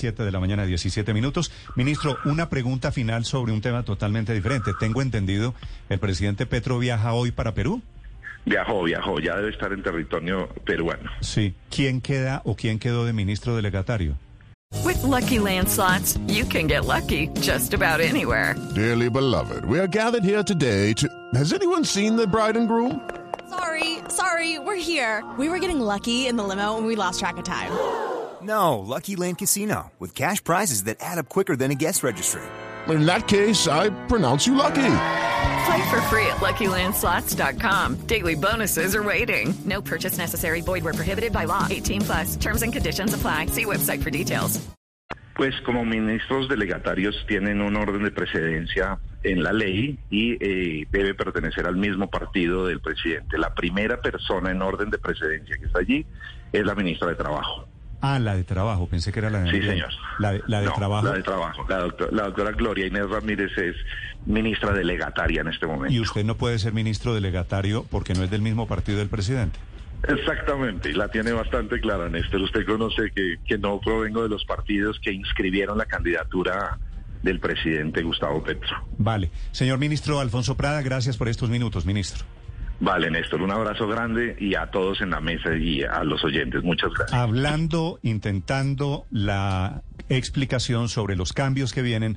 7 de la mañana, 17 minutos. Ministro, una pregunta final sobre un tema totalmente diferente. Tengo entendido, el presidente Petro viaja hoy para Perú. Viajó, viajó, ya debe estar en territorio peruano. Sí. ¿Quién queda o quién quedó de ministro delegatario? With Lucky Land slots, you can get lucky just about anywhere. Dearly beloved, we are gathered here today to. Has anyone seen the bride and groom? Sorry, sorry, we're here. We were getting lucky in the limo and we lost track of time. No, Lucky Land Casino, with cash prizes that add up quicker than a guest registry. In that case, I pronounce you lucky. Play for free at LuckyLandSlots.com. Daily bonuses are waiting. No purchase necessary. Void where prohibited by law. 18 plus. Terms and conditions apply. See website for details. Pues como ministros delegatarios tienen un orden de precedencia en la ley y eh, debe pertenecer al mismo partido del presidente. La primera persona en orden de precedencia que está allí es la ministra de Trabajo. Ah, la de trabajo, pensé que era la de... Sí, señor. La de, la de No, trabajo. La de trabajo. La doctora, la doctora Gloria Inés Ramírez es ministra delegataria en este momento. Y usted no puede ser ministro delegatario porque no es del mismo partido del presidente. Exactamente, y la tiene bastante clara, Néstor. Usted conoce que, que no provengo de los partidos que inscribieron la candidatura del presidente Gustavo Petro. Vale. Señor ministro Alfonso Prada, gracias por estos minutos, ministro. Vale, Néstor, un abrazo grande y a todos en la mesa y a los oyentes. Muchas gracias. Hablando, intentando la explicación sobre los cambios que vienen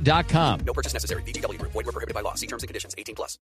No purchase necessary. VGW Group. Void were prohibited by law. See terms and conditions. 18 plus.